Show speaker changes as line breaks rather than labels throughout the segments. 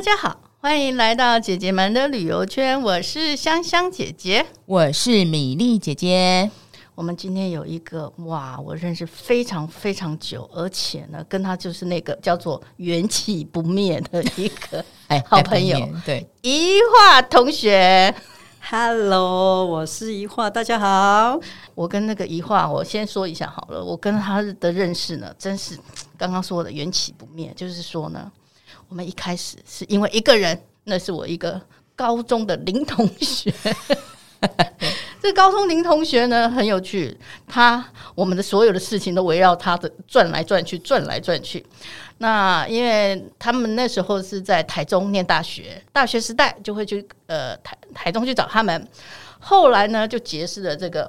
家好，欢迎来到姐姐们的旅游圈，我是香香姐姐。
我是米粒姐姐，
我们今天有一个哇，我认识非常非常久，而且呢，跟他就是那个叫做缘起不灭的一个
哎，
好朋友
来碰面对，
一化同学。
Hello，我是一画，大家好。
我跟那个一化，我先说一下好了，我跟他的认识呢，真是刚刚说的缘起不灭，就是说呢，我们一开始是因为一个人，那是我一个高中的林同 学。这高中林同学呢很有趣，他我们的所有的事情都围绕他的转来转去，转来转去。那因为他们那时候是在台中念大学，大学时代就会去呃台台中去找他们，后来呢就结识了这个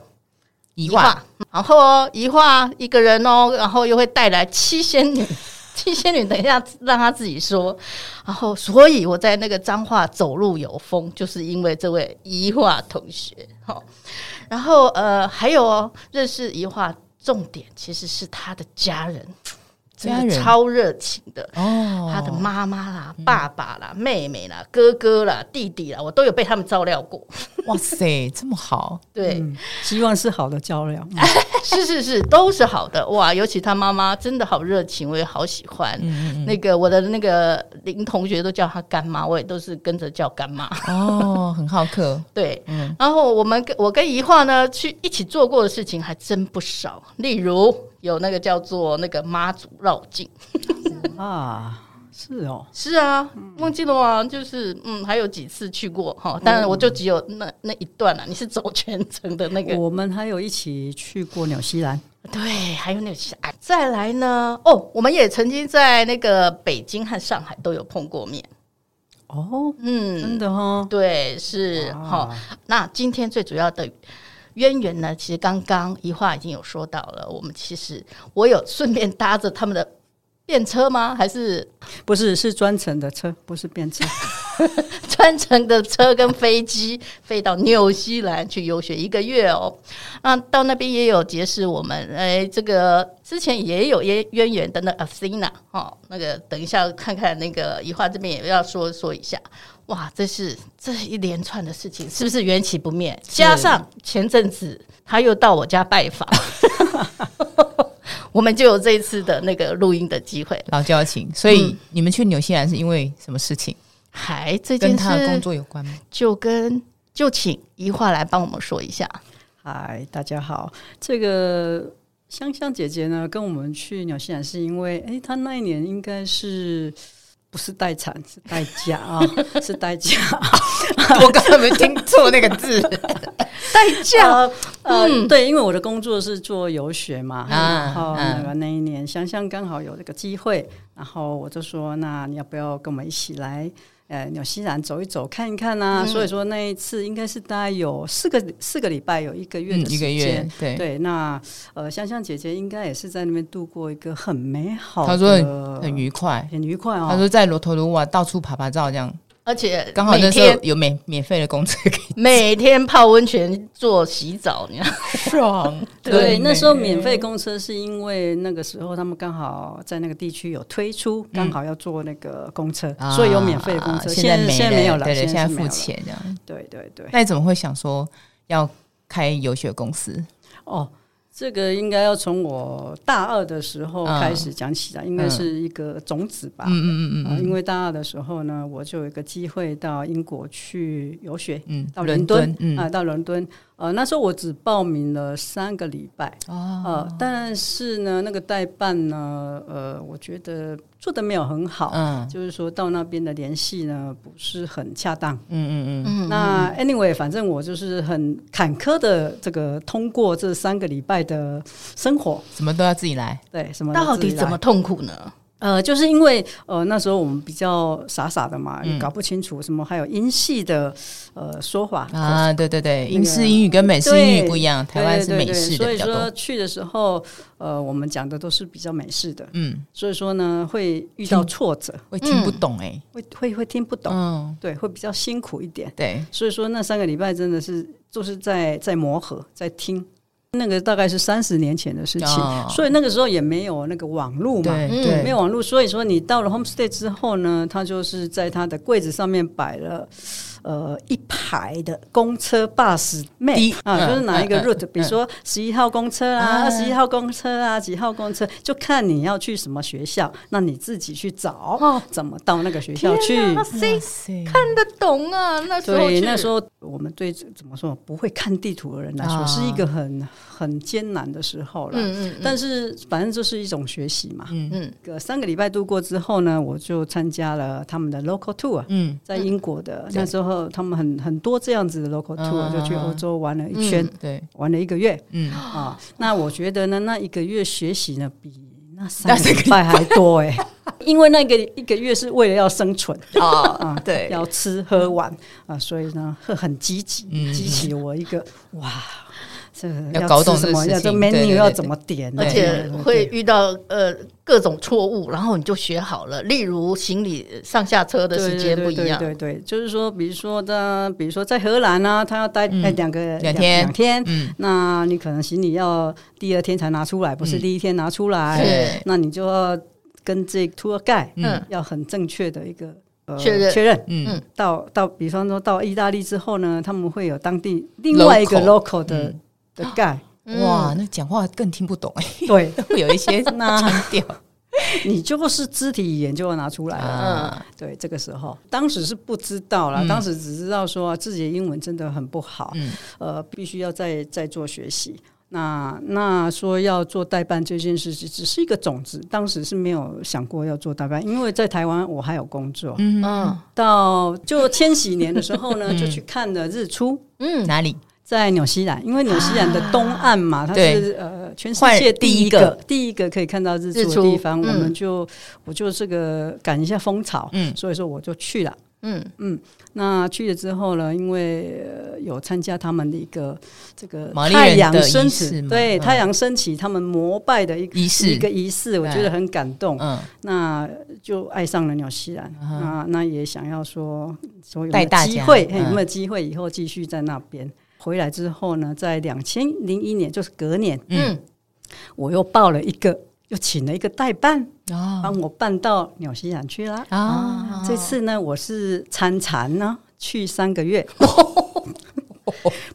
一
一
画，
画，然后哦，一画一个人哦，然后又会带来七仙女。 七仙女，等一下让她自己说。然后，所以我在那个彰化走路有风，就是因为这位一画同学。好，然后呃，还有哦，认识一画，重点其实是他的家人，真
家
的
人
超热情的。
哦，嗯
他的妈妈啦、爸爸啦、妹妹啦、哥哥啦、弟弟啦，我都有被他们照料过。
哇塞，这么好，
对，
嗯，希望是好的较量。
是是是，都是好的哇！尤其他妈妈真的好热情，我也好喜欢。
嗯嗯
那个我的那个林同学都叫她干妈，我也都是跟着叫干妈。
嗯， 哦，很好客，
对，
嗯
然后我们跟我跟怡化呢去一起做过的事情还真不少，例如有那个叫做那个妈祖绕境，
啊，是哦，
是啊，忘记了吗？就是嗯，还有几次去过哈，当然我就只有那那一段啊了。你是走全程的那个
我们还有一起去过纽西兰，
对，还有那个啥，再来呢？哦，我们也曾经在那个北京和上海都有碰过面。
哦，真
嗯，
的哦，
对，是哈、
哇
那今天最主要的渊源呢，其实刚刚一话已经有说到了。我们其实我有顺便搭着他们的便车吗？还是
不是是专程的车，不是便 车。
专程的车跟飞机飞到纽西兰去游学一个月哦。那到那边也有结识我们，哎，这个之前也有渊渊源的那 Athena 哦，那个等一下看看那个一画这边也要说说一下。哇，这是这一连串的事情，是不是缘起不灭？加上前阵子他又到我家拜 访， 我们就有这一次的那个录音的机会。
老交情。
嗯
所以你们去纽西兰是因为什么事情？
还这件
跟
事
他的工作有关吗？
就跟就请一画来帮我们说一下。
嗨，大家好，这个香香姐姐呢，跟我们去纽西兰是因为，哎，她那一年应该是。不是待产，是待嫁啊、 是待嫁。
我刚才没听错那个 字，
代驾
呃，
嗯
呃对，因为我的工作是做游学
啊
嘛，然后那个那一年香香刚好有这个机会，然后我就说，那你要不要跟我们一起来？呃，纽西兰走一走，看一看
嗯
啊。所以说那一次应该是大概有四个四个礼拜，有一个月
嗯
的时
一个
间。
月，对，
对，那呃，香香姐姐应该也是在那边度过一个很美好的，
她说很愉快。
很愉快哦。
他说在罗头卢瓦到处爬爬照，这样
而且
刚好
每
那时候
天
有免免费的公车可以
每天泡温泉做洗澡，你知道
爽。
对，那时候免费公车是因为那个时候他们刚好在那个地区有推出，刚好要坐那个公车，
嗯啊
所以有免费的公车。
现在
在
没
现没有了，
对对，现在
是没
付
有了。
钱这样。
对对对，
那你怎么会想说要开游学公司？
哦。这个应该要从我大二的时候
嗯
开始讲起来，应该是一个种子吧。嗯嗯嗯嗯。因为大二的时候呢，我就有一个机会到英国去游学，
嗯，
到
伦
伦敦
嗯，
啊，到伦敦。呃，那时候我只报名了三个礼拜，
哦，
呃，但是呢，那个代办呢，呃，我觉得做的没有很好，
嗯
就是说到那边的联系呢不是很恰当。
嗯嗯嗯，
那 anyway，反正我就是很坎坷的这个通过这三个礼拜的生活，
什么都要自己来，
对什么
到底
自己来
怎么痛苦呢？
呃，就是因为呃那时候我们比较傻傻的嘛，
嗯
搞不清楚什么还有英系的呃说法
啊，对对对，
那个
英式英语跟美式英语不一样，台湾是
对对
美
对
式的比较
所以说
多。
去的时候，呃，我们讲的都是比较美式的，
嗯，
所以说呢，会遇到
听
挫折，
会听不懂哎，
会会会听不懂，
嗯，
对，会比较辛苦一点。
对，
所以说那三个礼拜真的是就是在在磨合，在听，那个大概是三十年前的事情，
哦
所以那个时候也没有那个网络嘛，
对
嗯
对，
没有网络，所以说你到了 homestay 之后呢，他就是在他的柜子上面摆了呃一排的公车 bus map 啊，
嗯
就是哪一个
嗯
route，、
嗯
比如说十一号公车啊、
啊
二十一号公车啊、几号公车，就看你要去什么学校，那你自己去找、
哦
怎么到那个学校去。
天哪啊
嗯
谁
塞
看得懂啊？那时候
对，
去
那时候我们对怎么说不会看地图的人来说，
啊
是一个很很艰难的时候了。
嗯嗯嗯，
但是反正就是一种学习嘛。
嗯
嗯
个三个礼拜度过之后呢，我就参加了他们的 local tour，
嗯
在英国的、
对
那时候，他们很很多这样子的 local
嗯
tour，、
嗯
就去欧洲玩了一圈，
嗯
对
玩了一个月
嗯
啊、那我觉得呢，那一个月学习呢，比那
那
三
三
个
个
礼拜还多哎、 因为那个一个月是为了要生存，
哦
啊对
要吃喝玩啊，所以呢，会很积极，激起我一个哇，这个
嗯要搞
吃
懂
什
这
么，
事
要这
情对对
menu
对
要怎么点，
而且会遇到呃各种错误，然后你就学好了。例如行李上下车的时间不一样，
对对对对对就是说，比如说的，比如说在荷兰啊，他要待
嗯
哎两个
两天
两天，
嗯
那你可能行李要第二天才拿出来，不是
嗯
第一天拿出来，
是
那你就要跟这 tour guide
嗯
要很正确的一个。呃
确认
确认
嗯
到到，比方说到意大利之后呢，他们会有当地另外一个 local 的
嗯
的 guide，
嗯
哇，那讲话更听不懂哎，
对，
会有一些
那
腔调
你就是肢体语言就要拿出来了。
啊，
对，这个时候当时是不知道啦，
嗯
当时只知道说自己的英文真的很不好，
嗯
呃，必须要再再做学习。那那说要做代办这件事情，只是一个种子，当时是没有想过要做代办，因为在台湾我还有工作。
嗯
到就千禧年的时候
嗯
呢，就去看了日出。
嗯，
哪里
在纽西兰，因为纽西兰的东岸嘛，它是
啊对
呃全世
换
界
第
第
一
一
个
个第一个可以看到日
日
出的
出
地方，我
嗯
们就我就这个赶一下风潮，
嗯
所以说我就去了。
嗯
那去了之后呢，因为呃有参加他们的一个这个
毛利人的
太阳升
仪式
起，
嘛
对
嗯
太阳升起，他们膜拜的一个
仪
一
式
个仪式，我觉得很感动。
嗯
那就爱上了纽西兰，那那也想要说说有没
带
有
大
机
家
会，
嗯
有没有机会以后继续在那边？回来之后呢，在两千零一年，就是隔年，
嗯，
我又报了一个，又请了一个代办，
啊
帮我办到纽西兰去啦。
啊，
这次呢，我是参禅呢，去三 个月，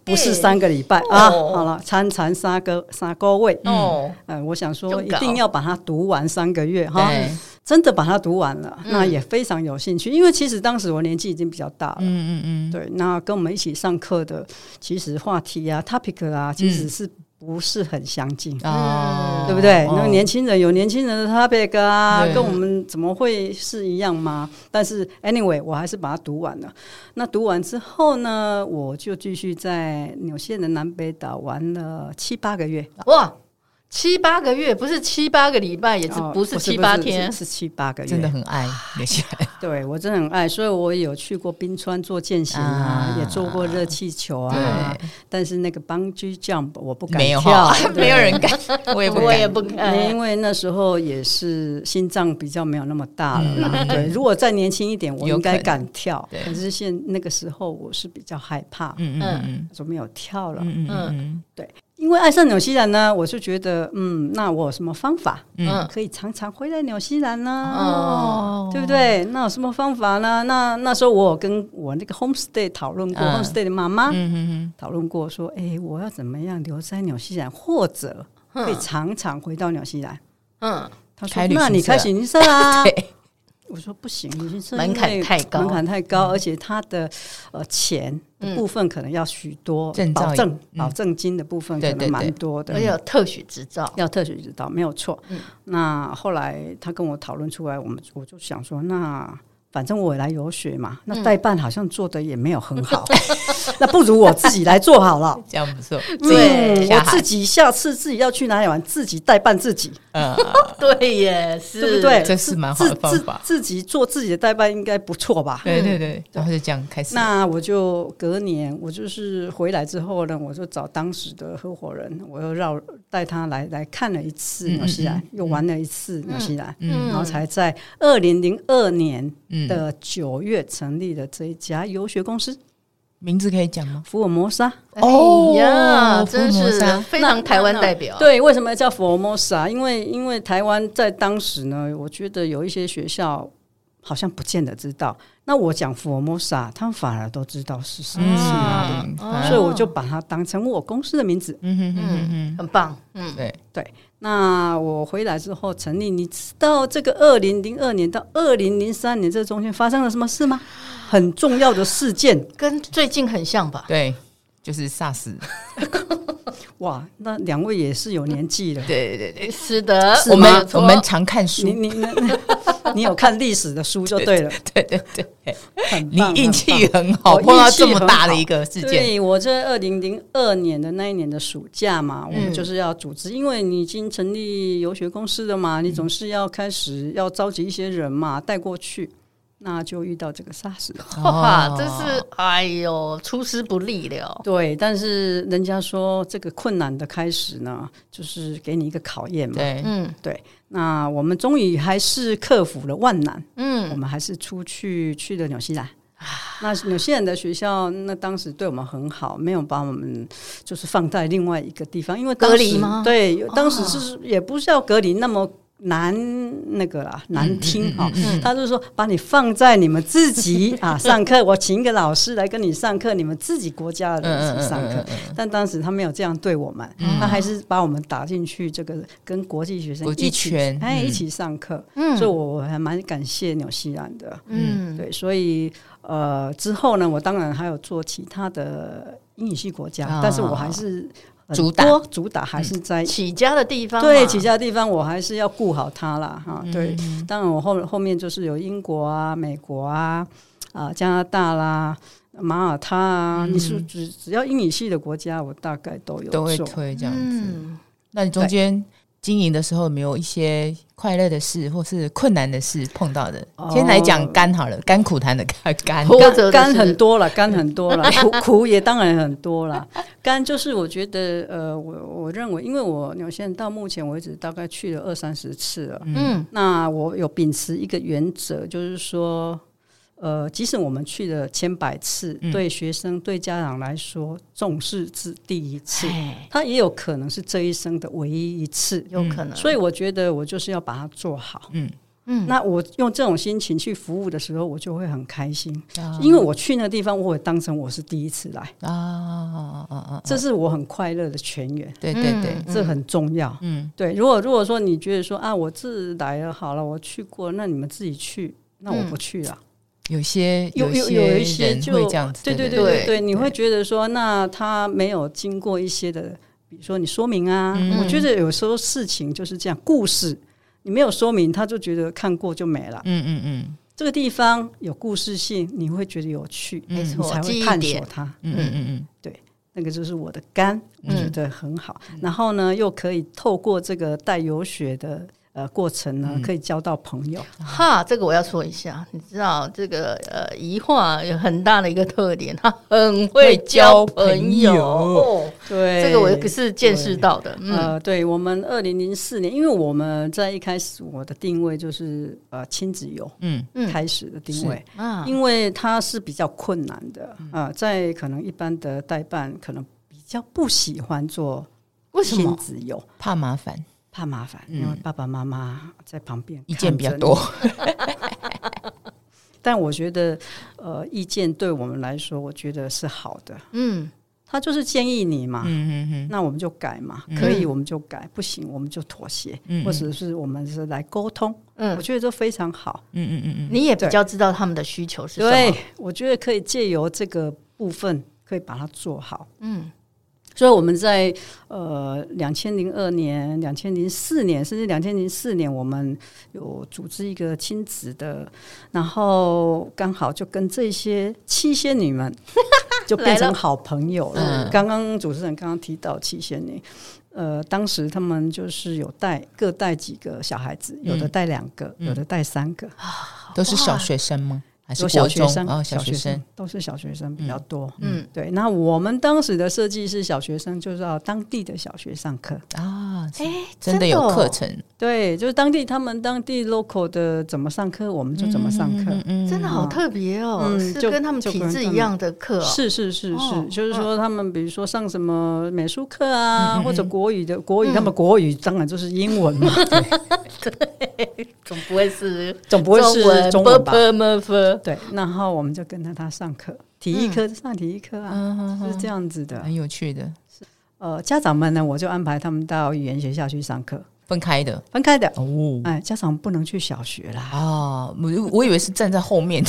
不是三个礼拜啊。
哦
好了，参禅三个三个月，
哦，
呃，我想说
就
一
搞
定要把它读完三个月哈。
对，
真的把它读完了，
嗯
那也非常有兴趣，因为其实当时我年纪已经比较大了。
嗯嗯嗯，
对，那跟我们一起上课的，其实话题啊、topic 啊，其实是不是很相近，
嗯哦，
对不对？
哦
那年轻人有年轻人的 topic 啊，
对
跟我们怎么会是一样吗？但是 anyway，我还是把它读完了。那读完之后呢，我就继续在纽西兰的南北岛玩了七八个月，
哇，七八个月不是七八个礼拜，也是
哦
不是七八天？
是是七八个月，
真的很爱纽西兰，
对我真的很爱，所以我有去过冰川做践行啊，
啊
也做过热气球啊，但是那个 bungee jump 我不敢
没有
跳，
哈，没有人敢，我也不
我也
敢，
不
对。
敢
因。为那时候也是心脏比较没有那么大了啦，对。如果再年轻一点，我
嗯有
应该
可能
敢跳。
对
可是现那个时候我是比较害怕，
嗯嗯
就没有跳了。
嗯嗯嗯
因为爱上纽西兰呢，我就觉得，嗯，那我有什么方法
嗯
嗯
可以常常回来纽西兰呢？
哦，
哦
对不？对？那有什么方法呢？那那时候我有跟我那个 homestay 讨论
嗯
过、h o m e s t a y 的妈妈
嗯嗯
讨论过，说，哎、我要怎么样留在纽西兰，或者可以常常回到纽西兰？
嗯，
他说
开，旅行
那你
社
开旅行社
嗯，
啦、
对，
我说不行，旅行社
门槛
因为
太高
门槛太
嗯
高，而且它的呃钱的
嗯
部分可能要许多
证照
保
也
证、
嗯
保证金的部分
对哎
可能
对
蛮
对
多的
而且。有特许执照。啊
要特许指导，没有错。
嗯
那后来他跟我讨论出来，我们我就想说，那反正我也来游学
嗯
嘛，那代办好像做的也没有很 好，那不如我自己来做好了。
这样不错，
对
嗯我
下海
自己下次自己要去哪里玩，自己代办自己，
嗯，
对耶，是，
对不对？
这是蛮好
自
的方
自
法
自己做自己的代办应该不错吧？
对对对，然后就这样开始，
嗯那我就隔年，我就是回来之后呢，我就找当时的合伙人，我又绕带他来来看了一次纽西兰，
嗯嗯
又玩了一次纽西兰，
嗯
然后才在二零零二年
嗯
的九月成立了这一家游学公司。
名字可以讲吗？
福尔摩沙。
哦
哎呀，
福尔
真
摩
是
沙
非常台湾代表。啊
对，为什么叫福尔摩沙？因为因为台湾在当时呢，我觉得有一些学校好像不见得知道。那我讲福尔摩沙，他们反而都知道是什么是哪里，
嗯
啊
所以我就把它当成我公司的名字。
嗯哼哼哼
嗯，
哼，
很棒，嗯，
对，
那我回来之后成立，你知道这个二零零二年到二零零三年这中间发生了什么事吗？很重要的事件
跟最近很像吧？
对，就是 SARS。
哇！那两位也是有年纪了，
对对对，
是
呃
的，
我
没
们
错
我们常看书
你，你 你你有看历史的书就对了，
对对对，
很
你
棒
运气
很
很好，
我
碰到
运气
这么
很
大的
好
一个事
棒
件，
对我这二零零二年的那一年的暑假嘛，
嗯
我们就是要组织，因为你已经成立游学公司了
嗯
嘛，你总是要开始要召集一些人嘛，带过去，那就遇到这个 SARS 了。
哇
哦，
真是哎呦，出师不利了。
对，但是人家说这个困难的开始呢，就是给你一个考验嘛。
对，
嗯
那我们终于还是克服了万难，我
嗯，
们还是出去去了纽西兰。那纽西兰的学校，那当时对我们很好，没有把我们就是放在另外一个地方，因为当时
隔离吗哦
对，当时是、也不是要隔离那么难那个啦，难
嗯
听哈、他就是说把你放在你们自己啊上课，我请一个老师来跟你上课，你们自己国家的人一起上
嗯
课。但当时他没有这样对我们，他还是把我们打进去这个跟国际学生
嗯国际
一起
圈
哎
嗯
一起上课。所以我还蛮感谢纽西兰的。
嗯，
对，所以呃，之后呢，我当然还有做其他的英语系国家，
啊
但是我还是很
主打嗯
多主打还是在、
起家的地方嘛，嗯
嗯对其他地方，我还是要顾好它啦哈。对，当然我后后面就是有英国啊、美国啊、啊、加拿大啦、马耳他啊，
嗯
你是只只要英语系的国家，我大概都有
都会
做。
推这样子。
嗯，
那你中间经营的时候，有没有一些快乐的事，或是困难的事碰到的？
哦
先来讲甘好了，甘苦谈的 甘甘。
或
干
者是
干很多了，干很多了，苦苦也当然很多了。干就是我觉得，呃，我我认为，因为我纽西兰到目前为止大概去了二三十次了，
嗯
那我有秉持一个原则，就是说，呃，即使我们去了千百次，
嗯
对学生、对家长来说，总是是第一次，
哎
他也有可能是这一生的唯一一次。
有可能，
所以我觉得我就是要把它做好。
嗯
嗯
那我用这种心情去服务的时候，我就会很开心，
啊
因为我去那个地方，我也当成我是第一次来，
啊啊啊啊！
这是我很快乐的泉源，
对对对，
嗯
这很重要。
嗯，
对，如果如果说你觉得说啊，我自来了，好了，我去过，那你们自己去，那我不去啊了。
有些
有有有
有
一些
人
就
会这样子，
对对
对
对对对，你会觉得说，那他没有经过一些的，比如说你说明啊，我觉得有时候事情就是这样，故事你没有说明，他就觉得看过就没了。
嗯嗯嗯
这个地方有故事性，你会觉得有趣，
没
你
错
才，
记
会
忆
探索
点，
它。
嗯嗯嗯嗯，
那个就是我的肝，
嗯
我觉得很好。然后呢，又可以透过这个带游学的呃过程
嗯
呢，可以交到朋友。
哈，这个我要说一下，你知道这个呃，宜化有很大的一个特点，他很会交朋
会交朋友
友，哦
对
这个我是见识到的。嗯，
呃，哎对我们二零零四年，因为我们在一开始我的定位就是呃亲子游，
嗯，
嗯
开始的定位，
啊，嗯
因为它是比较困难的，呃，在可能一般的代办可能比较不喜欢做
为什
亲
么？
子游，
怕麻烦，
怕麻烦，因为爸爸妈妈在旁边
嗯意见
看
比较
着你
多，
但我觉得，呃，意见对我们来说，我觉得是好的。
嗯，
他就是建议你嘛，
嗯嗯
那我们就改嘛，
嗯
可以我们就改，不行我们就妥协，
嗯
或者是我们是来沟通。
嗯
我觉得这非常好。
嗯嗯嗯嗯，
你也比
对
较知道他们的需求是什
对
么。，
我觉得可以借由这个部分，可以把它做好。
嗯，
所以我们在呃两千零二年、两千零四年，甚至两千零四年，我们有组织一个亲子的，然后刚好就跟这些七仙 女们就变成好朋友了。
嗯
刚刚主持人刚刚提到七仙女，呃，当时他们就是有带各带几个小孩子，有
嗯
的带两个，有的带三个，
都是小学生吗？还是
有小
国
学
中
生
哦，小学生，
都是小学生比较多。
嗯
对，那我们当时的设计是小学生就是要当地的小学上课。
啊，啊，
哎、
真的有课程，
对，就是当地他们当地 local 的怎么上课，我们就怎么上课。
嗯
真的好特别哦、
嗯
是
就
跟他们
就
体
跟
制
他
一
们
样的
嗯
课、哦，
是是是
哦
是，就是说他们比如说上什么美术课啊，或者国语的
嗯
国语，他们国语当然就是英文 嘛，
总不会是
总不会是中文吧？
么分，
对，然后我们就跟着他上课，体育
嗯
课上体育课啊，是这样子的。
很有趣的，
呃，家长们呢，我就安排他们到语言学校去上课，
分开的
分开的。
哦
哎，家长不能去小学啦，
啊，我我以为是站在后面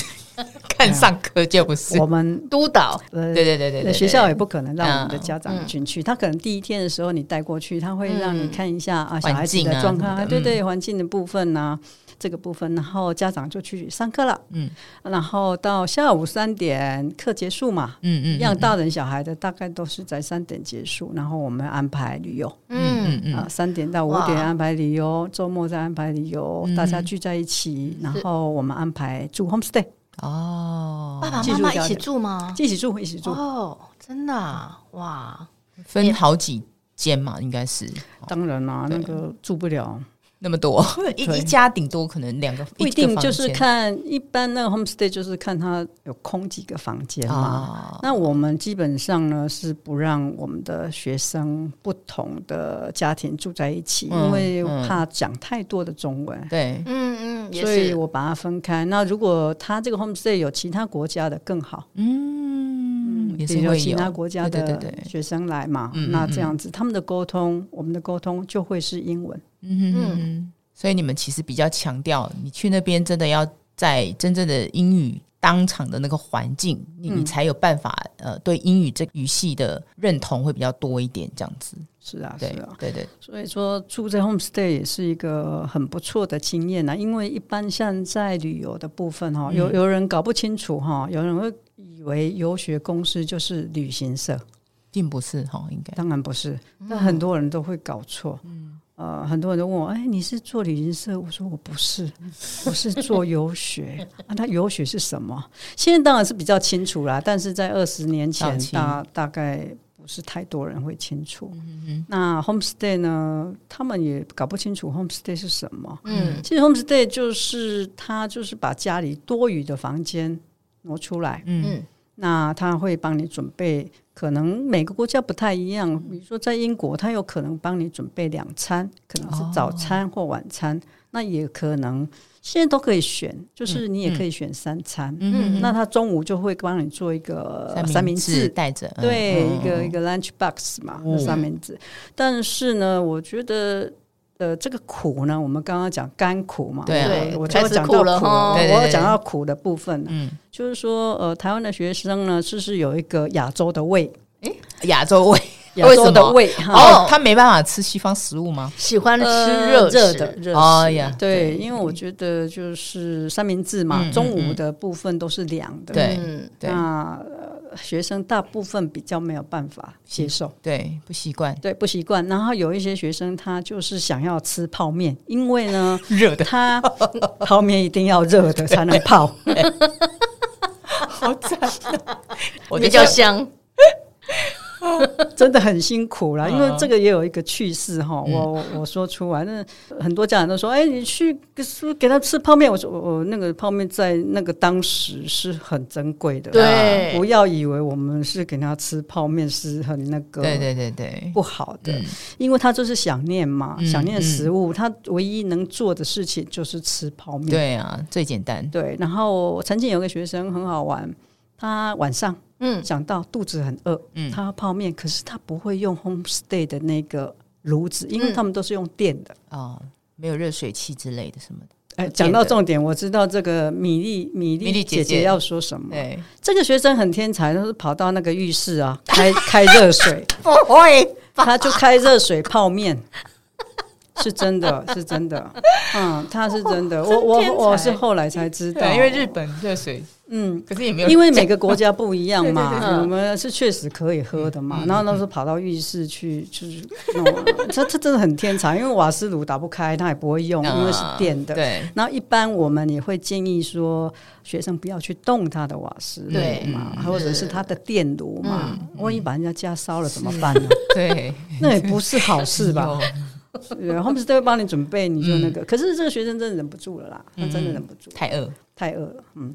看上课，就不是，
我们
督导
呃
对对对对对，
学校
对
也不可能让我们的
嗯
家长一群去，他可能第一天的时候你带过去，他会让你看一下、啊小孩子
环境啊
的状
什么
况，
的
对对，环境的部分呐、这个部分，然后家长就去上课了，
嗯，
然后到下午三点课结束嘛，
嗯
一
嗯
样大人小孩的大概都是在三点结束，然后我们安排旅游。
嗯，
嗯嗯
啊，三点到五
哇
点安排旅游，周末再安排旅游，大家聚在一起，
嗯
然后我们安排住 homestay，
哦，
爸爸
嗯技
妈
术
妈
教
一起
练
住吗？
一起住，一起住。
哦，真的、啊、哇，
分好几间嘛，应该是
当然啦、那个住不了，
那么多，一
对
一家顶多可能两个，
不一
个
定
房
就是
间
看一般那个 homestay 就是看它有空几个房间嘛。
啊，
那我们基本上呢是不让我们的学生不同的家庭住在一起，
嗯
因为
嗯
怕讲太多的中文。
对，
嗯嗯，也
所以
是
我把它分开。那如果他这个 homestay 有其他国家的更好，
嗯，也是
比如
会有
其他国家
对对
的
对对，
学生来嘛，
嗯嗯
那这样子他们的沟通，我们的沟通就会是英文。
嗯哼哼，所以你们其实比较强调，你去那边真的要在真正的英语当场的那个环境，你、你才有办法呃对英语这语系的认同会比较多一点，这 样子。
是啊，是
对
啊，
对对，
所以说住在 homestay 也是一个很不错的经验啊。因为一般像在旅游的部分哈、有有人搞不清楚哈、有人会以为游学公司就是旅行社，
并不是哈，应该
当然不是，
嗯
但很多人都会搞错。呃，很多人都问我，哎，你是做旅行社？我说我不 是，我是做游学啊。那游学是什么？现在当然是比较清楚啦，但是在二十年
早
前
期嗯
大大概不是太多人会清楚。那 homestay 呢，他们也搞不清楚 homestay 是什么。
嗯
其实 homestay 就是他就是把家里多余的房间挪出来，
嗯
那他会帮你准备，可能每个国家不太一样。比如说在英国，他有可能帮你准备两餐，可能是早餐或晚餐，那也可能现在都可以选，就是你也可以选三餐。
嗯
那他中午就会帮你做一个
三
呃三明治，
带着，嗯
对，
嗯
一个一个 lunch box 嘛，
哦
那三明治。但是呢，我觉得。呃，这个苦呢，我们刚刚讲甘苦嘛，
对啊
对
我我
开
就
始
要讲
苦
到苦
了哈
嗯对对
我要
对
讲到苦的部分了，
嗯
就是说，呃，台湾的学生呢，是是有一个亚洲的胃，
亚洲 味
亚
为
洲
什
的
么
胃哈，
哦，他没办法吃西方食物吗？
喜欢吃
呃
热
热
食嗯
的，热
哦
食
呀
对，因为我觉得就是三明治嘛
嗯，嗯
中午的部分都是凉的，
对
嗯
对
那呃学生大部分比较没有办法接
嗯
受，
对，不习惯
对，不习惯。然后有一些学生他就是想要吃泡面，因为呢，
热的，
他泡面一定要热的才能 泡。
好惨，我
比
就
较香，
真的很辛苦啦，
嗯
因为这个也有一个趣事哈，我我我说出来，那很多家长都说，哎，你去是不是给他吃泡面？我说，我那个泡面在那个当时是很珍贵的，
对
不要以为我们是给他吃泡面是很那个，
对对对对，
不好的，
嗯
因为他就是想念嘛，
嗯
想念食物，他唯一能做的事情就是吃泡面，
对啊，最简单，
对。然后我曾经有个学生很好玩，他晚上。
嗯，
想到肚子很饿，
嗯
他要泡面，可是他不会用 homestay 的那个炉子，因
嗯
为他们都是用电的。
哦，没有热水器之类的什么的，
哎、
的
讲到重点，我知道这个米粒
米
米
粒
粒
姐
姐
姐
姐要说什么。
对，
这个学生很天才，他是跑到那个浴室 啊，开开热水，
不
哦哎
会，
他就开热水泡面，是真的，是真的，嗯，他是真的。我
真天才
我我是后来才知道，
对，因为日本热水，
嗯，
可是也没有，
因为每个国家不一 样
对
嘛，嗯
对对
我们是确实可以喝的嘛。然后那时候跑到浴室去，就是弄啊他他真的很天才，因为瓦斯炉打不开，他也不会用，因为是电的。
啊对，
然后一般我们也会建议说，学生不要去动他的瓦斯
对
炉嘛，或者是他的电炉嘛，万一把人家家烧了怎么办呢？
对，
那也不是好事吧？对，Homes 都会帮你准备，你就那个。可是这个学生真的忍不住了啦，他真的忍不住，
太饿，
太饿了，嗯，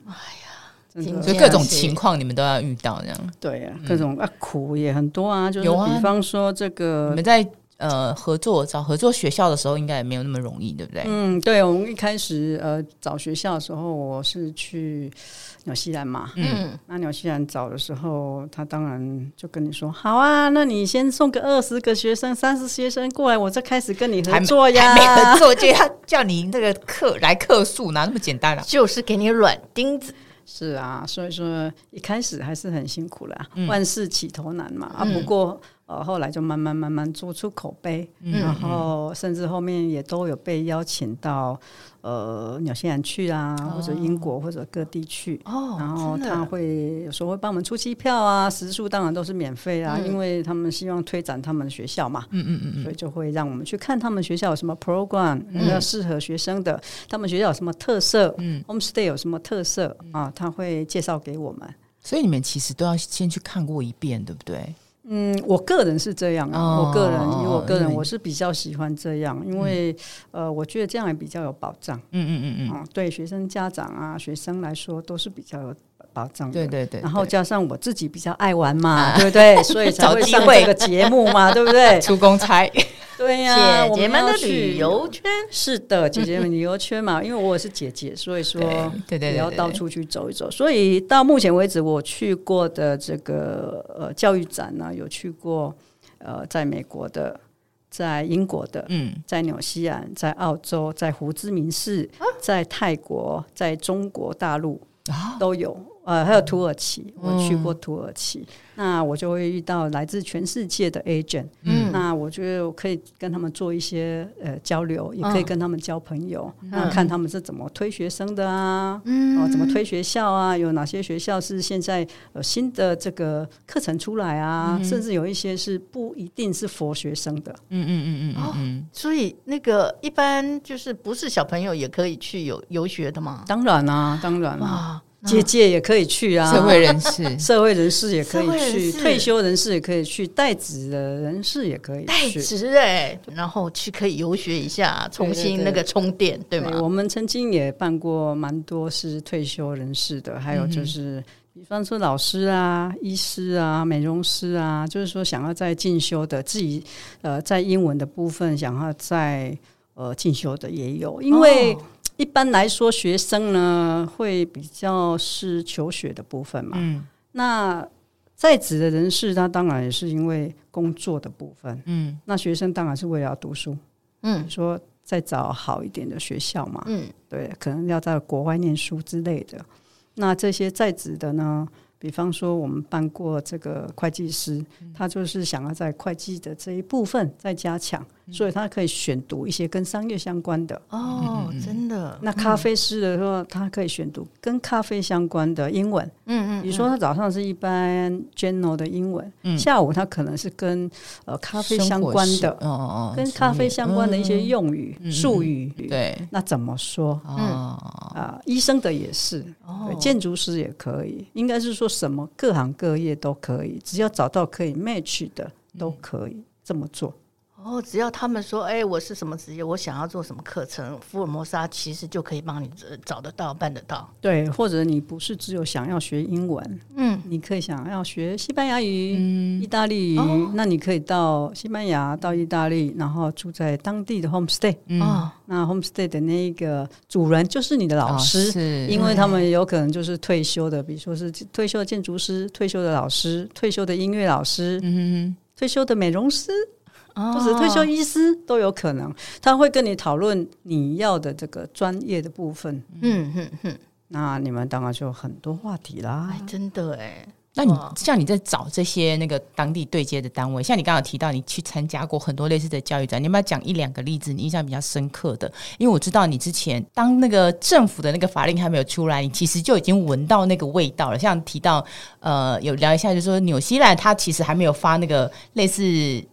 真
真
的
的
所以各种情况你们都要遇到这样。
对啊，各种啊苦也很多啊，就
嗯
是
有啊
比方说这个
你们在呃合作找合作学校的时候，应该也没有那么容易，对不对？
嗯，对，我们一开始呃找学校的时候，我是去纽西兰嘛。
嗯，
那纽西兰找的时候，他当然就跟你说：“好啊，那你先送个二十个学生、三十学生过来，我再开始跟你嗯合
还没
作呀。
还没合作就要叫你那个客来客诉，哪那么简单啊？
就是给你软钉子，
是啊，所以说一开始还是很辛苦啦，万事起头难嘛。啊，
嗯
不过呃后来就慢慢慢慢做出口碑，
嗯
然后甚至后面也都有被邀请到呃纽西兰去啊，或者英国或者各地去。
哦
然后
真的
他会有时候会帮我们出机票啊，食宿当然都是免费啊，因为他们希望推展他们的学校嘛，嗯嗯嗯，所以就会让我们去看他们学校有什么 program，比较适合学生的，他们学校有什么特色，嗯，homestay 有什么特色啊，他会介绍给我们。
所以你们其实都要先去看过一遍，对不对？
嗯，我个人是这样啊，
哦
我个人
哦
以我个
因
人
为
我是比较喜欢这样，因为、呃，我觉得这样也比较有保障，
嗯嗯嗯
啊，对学生家长啊、学生来说都是比较有保障
嗯，
的
对。对对。
然后
对
加上我自己比较爱玩嘛，对不对？所以才
找
会
机
上
会
这个节目 嘛，对不对？
出公差，
对呀、
姐
我
姐们
要
的
去
旅游圈，
是的，姐姐们旅游圈嘛，因为我是姐姐，所以说
对对对对
也要
对
到处去走一走。所以到目前为止，我去过的这个呃教育展呢，有去过呃在美国的，在英国的，
嗯，
在纽西兰，在澳洲，在胡志明市，
啊
在泰国，在中国大陆
啊
都有。呃，还有土耳其，我去
嗯
过土耳其，那我就会遇到来自全世界的 agent，
嗯
那我觉得我可以跟他们做一些呃交流，也
嗯
可以跟他们交朋友，那看他们是怎么推学生的啊，
嗯
哦，怎么推学校啊？有哪些学校是现在有新的这个课程出来啊？
嗯
甚至有一些是不一定是佛学生的，
所以那个一般就是不是小朋友也可以去游游学的嘛？
当然啊，当然啊，
哇，
结界也可以去啊，
社会人士，
社会人士也可
社会
以
人
去，
士
退休人士也可以去，代职的人士也可以
代
去。
职哎，然后去可以游学一下，重新那个充电，对吗？
我们曾经也办过蛮多是退休人士的，
嗯
还有就是，比方说老师啊、医师啊、美容师啊，就是说想要在进修的，自己呃在英文的部分想要在呃进修的也有，因
哦
为。一般来说，学生呢会比较是求学的部分嘛。
嗯
那在职的人士，他当然也是因为工作的部分。
嗯，
那学生当然是为了要读书，
嗯
说再找好一点的学校嘛。
嗯，
对，可能要在国外念书之类的。那这些在职的呢，比方说我们办过这个会计师，
嗯
他就是想要在会计的这一部分再加强，
嗯
所以他可以选读一些跟商业相关的。
哦，真的，
那咖啡师的话，他可以选读跟咖啡相关的英文。
嗯嗯，
比如说，他早上是一般 general 的英文，下午他可能是跟呃咖啡相关
生
的
活，是，哦哦，嗯
跟咖啡相关的一些用语、术语。
对，
那怎么说？
哦，
啊、医生的也是，对建筑师也可以，应该是说什么各行各业都可以，只要找到可以 match 的都
嗯
可以这么做。
哦，只要他们说，哎、我是什么职业，我想要做什么课程，福尔摩沙其实就可以帮你呃找得到、办得到。
对，或者你不是只有想要学英文，
嗯，
你可以想要学西班牙语、
嗯
意大利语，
哦
那你可以到西班牙、到意大利，然后住在当地的 homestay。
嗯
哦，
那 homestay 的那一个主人就是你的老师，
哦
嗯
是
因为他们有可能就是退休的，比如说是退休的建筑师、退休的老师、退休的音乐老师、
嗯
退休的美容师，
哦
或者退休医师都有可能。他会跟你讨论你要的这个专业的部分，
嗯嗯嗯，
那你们当然就有很多话题啦
哎。，真的哎，
那你
嗯
哇
像你在找这些那个当地对接的单位，像你刚刚有提到你去参加过很多类似的教育展，你要不要讲一两个例子你印象比较深刻的？因为我知道你之前当那个政府的那个法令还没有出来，你其实就已经闻到那个味道了。像提到呃，有聊一下，就是说纽西兰它其实还没有发那个类似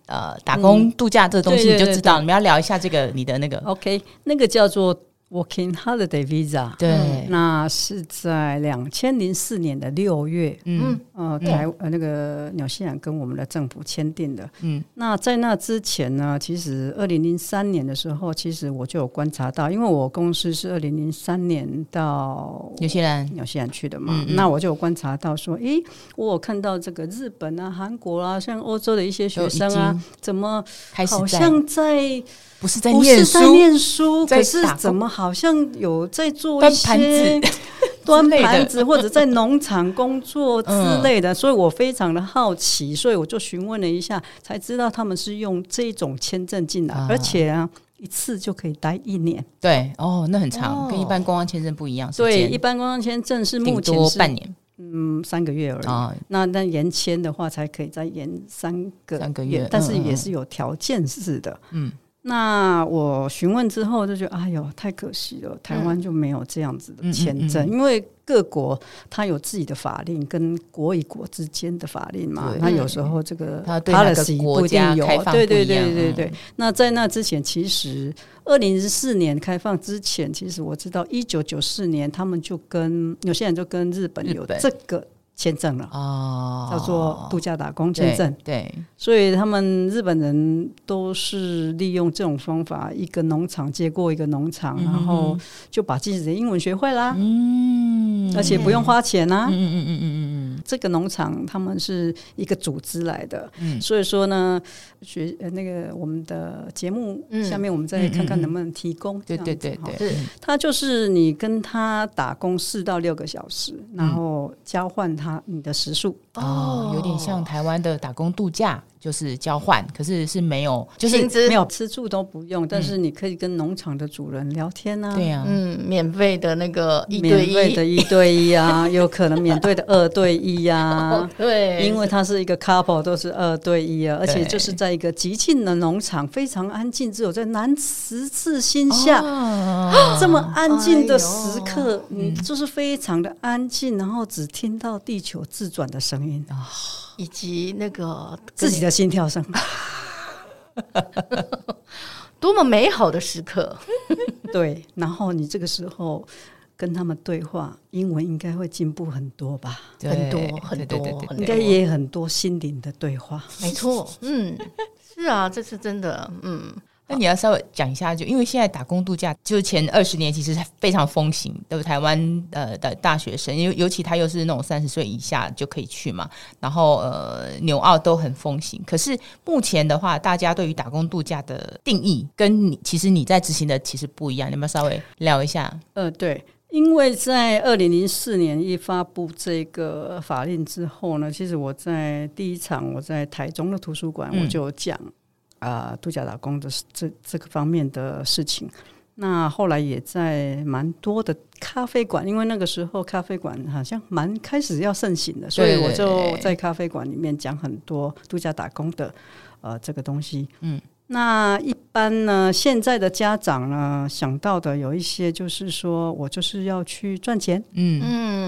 呃打工度假这个东西，
对对
你就
嗯对
知道
对
你们要聊一下这个你的那个
OK，那个叫做 Working Holiday Visa，
对，
那是在两千零四年的六月，
嗯
呃，台呃那个纽西兰跟我们的政府签订的。
嗯，
那在那之前呢，其实二零零三年的时候，其实我就有观察到，因为我公司是二零零三年到
有些人
纽西兰去的嘛，
嗯嗯
那我就有观察到说，诶，我有看到这个日本啊、韩国啊，像欧洲的一些学生
都已
啊
经，
怎么
开始
好
在
像在
不是在
不
念
是
书
在，念书，
在
可是
打工
怎么好像有在做
端
一
盘子
些端
之类的
盘子或者在农场工作之类的，所以我非常的好奇，所以我就询问了一下，才知道他们是用这种签证进来，
啊
而且啊。一次就可以待一年，
对哦，那很
哦
长，跟一般观光签证不一样，时
对，
间
一般观光签证是目
顶
前
多
是
半年
嗯三个月而已，
啊，
那那延签的话，才可以再延三个
三个月
但是
嗯嗯
也
嗯
是有条件式的。
嗯，
那我询问之后就觉得，哎呦，太可惜了，台湾就没有这样子的签
嗯
证，
嗯嗯嗯
因为各国它有自己的法令，跟国与国之间的法令嘛
对。
那有时候这个
它对哪个
policy
国
不一
家
定有
开，放
对对
不一样
对对
嗯
对。那在那之前，其实二零零四年开放之前，其实我知道一九九四年他们就跟有些人就跟日本
日
有
本
这个签证了。
哦，
叫做度假打工签证，
对，对
所以他们日本人都是利用这种方法，一个农场接过一个农场，然后就把自己的英文学会啦，
嗯
而且不用花钱啊。
嗯嗯嗯嗯嗯
这个农场他们是一个组织来的，
嗯
所以说呢，学呃那个我们的节目、
嗯
下面我们再看看能不能提供
嗯，对对对
这样子哈哦
对，
是
他就是你跟他打工四到六个小时，然
嗯
后交换他你的时数，
哦，有点像台湾的打工度假，就是交换，可是是没有，就
薪
是
资
没有吃住都不用，但是你可以跟农场的主人聊天啊，
对呀、
嗯，免费的那个一对
免费
一，
的一对一啊，有可能免费的二对一 啊。
哦对，
因为它是一个 couple，都是二对一啊，而且
对
就是在一个极静的农场，非常安静，只有在南十字星下、这么安静的时刻，嗯，就是非常的安静，然后只听到地球自转的声音，
以及那个
自己的心跳声。
多么美好的时刻，
对，然后你这个时候跟他们对话，英文应该会进步很多吧？
对
很多
对
很
对
多
对对
很
对
多
应该也很多心灵的对话。
没错，嗯，是啊，这是真的，嗯，
那你要稍微讲一下，就因为现在打工度假，就是前二十年其实非常风行，对不对台湾呃的大学生，尤尤其他又是那种三十岁以下就可以去嘛，然后呃纽澳都很风行。可是目前的话，大家对于打工度假的定义跟你其实你在执行的其实不一样，你要不要稍微聊一下？
呃，对，因为在二零零四年一发布这个法令之后呢，其实我在第一场我在台中的图书馆
嗯
我就有讲啊、度假打工的事这这个方面的事情。那后来也在蛮多的咖啡馆，因为那个时候咖啡馆好像蛮开始要盛行的，所以我就在咖啡馆里面讲很多度假打工的呃这个东西。
嗯
那一般呢，现在的家长呢，想到的有一些就是说，我就是要去赚钱，
嗯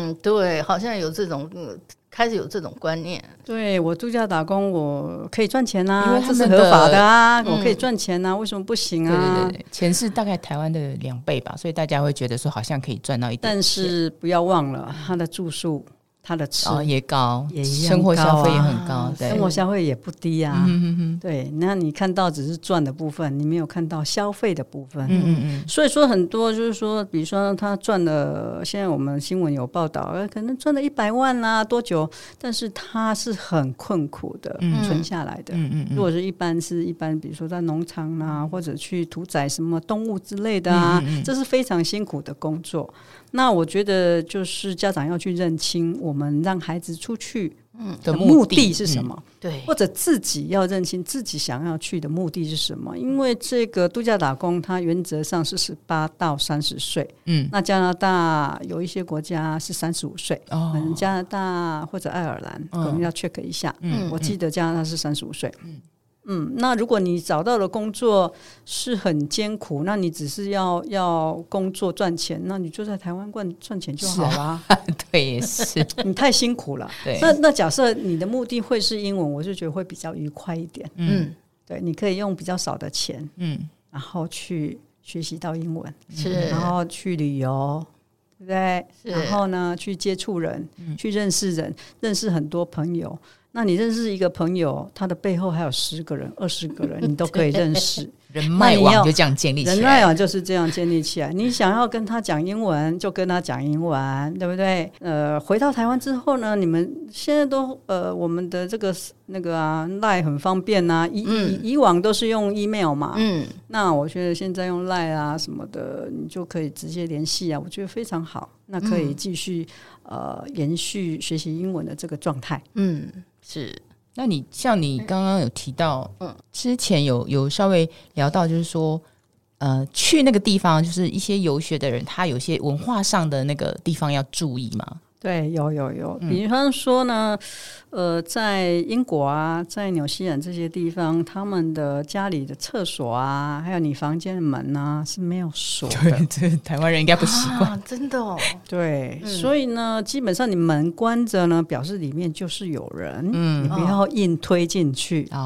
嗯，对，好像有这种、嗯开始有这种观念，
对我度假打工，我可以赚钱啊，
因为他们
这是
的
合法的啊，
嗯
我可以赚钱啊，为什么不行
对
啊？
对对对，钱是大概台湾的两倍吧，所以大家会觉得说好像可以赚到一点钱，
但是不要忘了，他的住宿、他的吃、
哦也高，
也一样
生活消费也很
高
高
啊，
对
生活消费也不低啊。
嗯嗯嗯
对，那你看到只是赚的部分，你没有看到消费的部分。
嗯嗯嗯，
所以说很多就是说，比如说他赚了，现在我们新闻有报道，呃，可能赚了一百万啦、多久？但是他是很困苦的、
嗯
存下来的。
嗯嗯嗯
如果是一般是一般，比如说在农场啊，或者去屠宰什么动物之类的啊，
嗯
这是非常辛苦的工作。那我觉得就是家长要去认清，我们让孩子出去
的
的目
的嗯
的是什？么。
对，
或者自己要认清自己想要去的目的是什么。因为这个度假打工，它原则上是十八到三十岁，
嗯，
那加拿大有一些国家是三十五岁。
嗯哦
嗯，加拿大或者爱尔兰可能要 check 一下。
嗯
我记得加拿大是三十五岁。嗯那如果你找到了工作是很艰苦，那你只是要要工作赚钱，那你就在台湾赚赚钱就好
是
啦。
对，也是，
你太辛苦了。
对，
那那假设你的目的会是英文，我就觉得会比较愉快一点。
嗯
对，你可以用比较少的钱，
嗯
然后去学习到英文，
嗯是
然后去旅游，对不对？
是
然后呢，去接触人，去认识人，认识很多朋友。那你认识一个朋友，他的背后还有十个人、二十个人，你都可以认识。
人脉
那你
网
要
就这样建立起
人
来。
脉网就是这样建立起来。你想要跟他讲英文，就跟他讲英文，对不对？呃，回到台湾之后呢，你们现在都呃，我们的这个那个啊，赖很方便呐、
嗯
以、以以往都是用 email 嘛，
嗯，
那我觉得现在用赖啊什么的，你就可以直接联系啊，我觉得非常好。那可
嗯
以继续、呃延续学习英文的这个状态。
嗯，是
那你像你刚刚有提到，之前有有稍微聊到，就是说，呃，去那个地方，就是一些游学的人，他有些文化上的那个地方要注意嘛。
对，有有有，比方说呢，呃，在英国啊，在纽西兰这些地方，他们的家里的厕所啊，还有你房间的门啊是没有锁的，
对，这台湾人应该不习惯。
啊，真的哦，
对，所以呢，基本上你门关着呢，表示里面就是有人，嗯，你不要硬推进去
啊，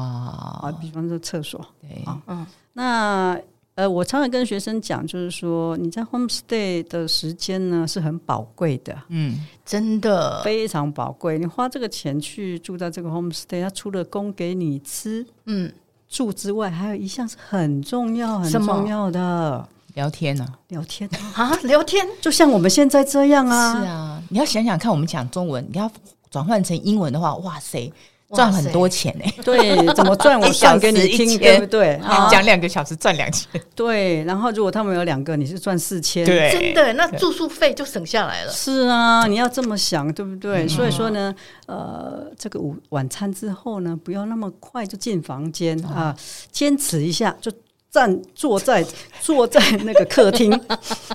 啊。比方说厕所，
对，
啊嗯
那呃，我常常跟学生讲，就是说你在 homestay 的时间呢是很宝贵的，
嗯，
真的，
非常宝贵。你花这个钱去住到这个 homestay，它除了供给你吃
嗯，
住之外，还有一项是很重要、很
什么
重要的
聊天呢、
聊天，
啊，聊天
就像我们现在这样啊。
是啊，你要想想看，我们讲中文，你要转换成英文的话，哇塞，
哇
赚很多钱欸呢、
对，怎么赚 我
一小时
算给你
一
听，
千
对不对？啊，
讲两个小时赚两千，
对。然后如果他们有两个，你是赚四千，
对啊
真的，那住宿费就省下来了，
是啊，你要这么想，对不对？
嗯
所以说呢，呃，这个午晚餐之后呢，不要那么快就进房间
哦
啊、坚持一下，就站坐在坐在那个 客厅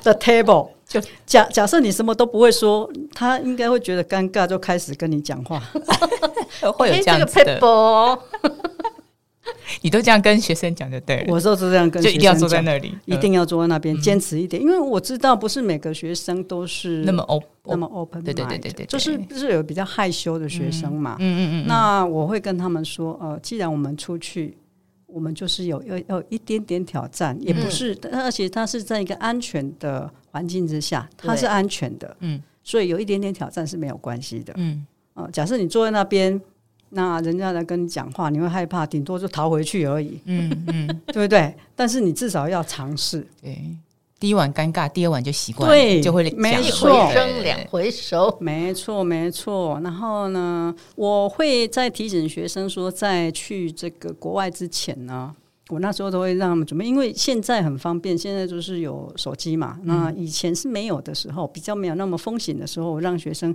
的 table。就假假设你什么都不会说，他应该会觉得尴尬，就开始跟你 讲话。
会有
诶
这
哎
样
个哦
子
p
的
a，p
你都这样跟学生讲就对了，
我都是这样跟
就
学
一定
生
要坐在
讲
那里，
一
嗯
定要坐在那边，坚持一点，因为我知道不是每个学生都是
那么 open，
那么 open，
对对对
mind
对对对
就是就是有比较害羞的学生嘛，
嗯嗯嗯，
那我会跟他们说，呃，既然我们出去，我们就是有要要有一点点挑战，也不
嗯
是，但而且它是在一个安全的环境之下，它
对
是安全的，
嗯，
所以有一点点挑战是没有关系的，
嗯，
呃，假设你坐在那边。那人家来跟你讲话，你会害怕，顶多就逃回去而已，嗯嗯， 对不对？但是你至少要尝试，
对。第一晚尴尬，第二晚就习惯，
对
就会讲
没
一
错
回生
对
两回熟，
没错，没错。然后呢，我会再提醒学生说，在去这个国外之前呢，我那时候都会让他们准备，因为现在很方便，现在就是有手机嘛。
嗯
那以前是没有的时候，比较没有那么风行的时候，我让学生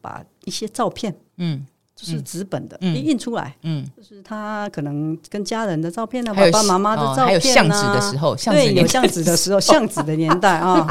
把一些照片，
嗯
就是纸本的，
嗯
一印出来，
嗯，
就是他可能跟家人的照片啊，
还
爸
有
爸妈妈的
哦
照片啊，
还有相纸的时候，相纸
对，
年
有
代
巷子 的时候，巷子的年代啊，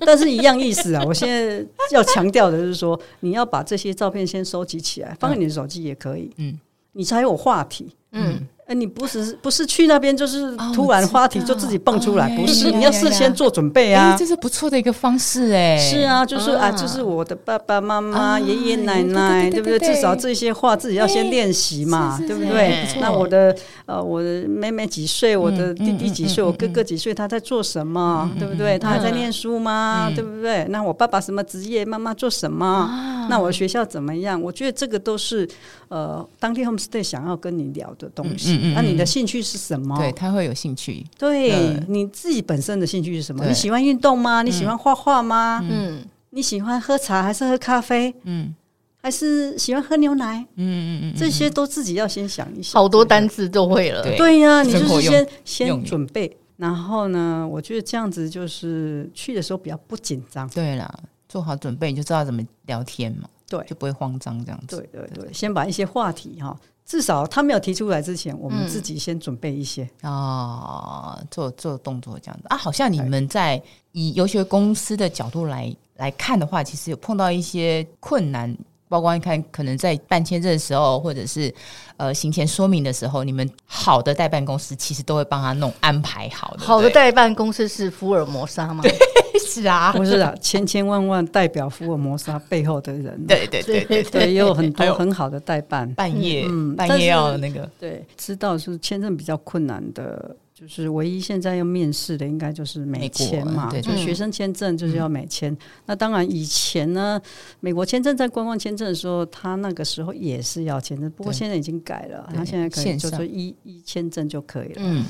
但是一样意思啊。我现在要强调的就是说，你要把这些照片先收集起来，放在你的手机也可以，
嗯，
你才有话题。
嗯，
哎，你不是不是去那边就是
哦
突然话题
我知
就
道
自己蹦出来，
哎
不是，
呀
你
呀
要事
呀
先做准备
哎
啊。
这是不错的一个方式哎，
是，啊，就是啊，
啊
就是我的爸爸妈妈、
啊
爷爷奶
对
奶，
对对
不对？
对对
至少这些话自己要先练习嘛，
是是
对不
是
对
不？错
那我的呃，我的妹妹几岁？我的弟弟几
嗯
岁？
嗯嗯
我哥哥几岁？他在做什么？
嗯
对不对？他还在念书吗？对不对？那我爸爸什么职业？妈妈做什
啊
么？那我学校怎么样？我觉得这个都是呃，当地 homestay 想要跟你聊的东西
嗯嗯嗯。
那你的兴趣是什么？
对他会有兴趣，
对
嗯，
你自己本身的兴趣是什么？
对嗯
你喜欢运动吗？你喜欢画画吗？
嗯，
你喜欢喝茶还是喝咖啡，
嗯
还是喜欢喝牛奶？
嗯嗯嗯嗯，
这些都自己要先想一想。
好多单字都会了，
对
对呀、你就
生活
是
用
先
用
先
语
准备。然后呢，我觉得这样子就是去的时候比较不紧张。
对啦，做好准备你就知道怎么聊天嘛，
对
就不会慌张这样子，
对对对，先把一些话题哈，至少他没有提出来之前，我们
嗯
自己先准备一些。
啊、做做动作这样子啊，好像你们在以游学公司的角度来来看的话，其实有碰到一些困难，包括你看可能在办签证的时候，或者是呃行前说明的时候，你们好的代办公司其实都会帮他弄安排好的，
好的
对不对
代办公司是福尔摩沙吗？
是啊，
不是啊，千千万万代表福尔摩沙背后的人，
对对对对，
对，也有很
还
多
有
很好的代办。
半夜、
嗯
半夜
但是
要那个
对，知道是签证比较困难的，就是唯一现在要面试的，应该就是美签嘛，嗯
美国对
就
对
学生签证就是要美签。那当然以前呢，美国签证在观光签证的时候，他那个时候也是要签证，不过
对
现在已经改了，
对
他现在可以
线
就
上
说一一签证就可以了。
嗯，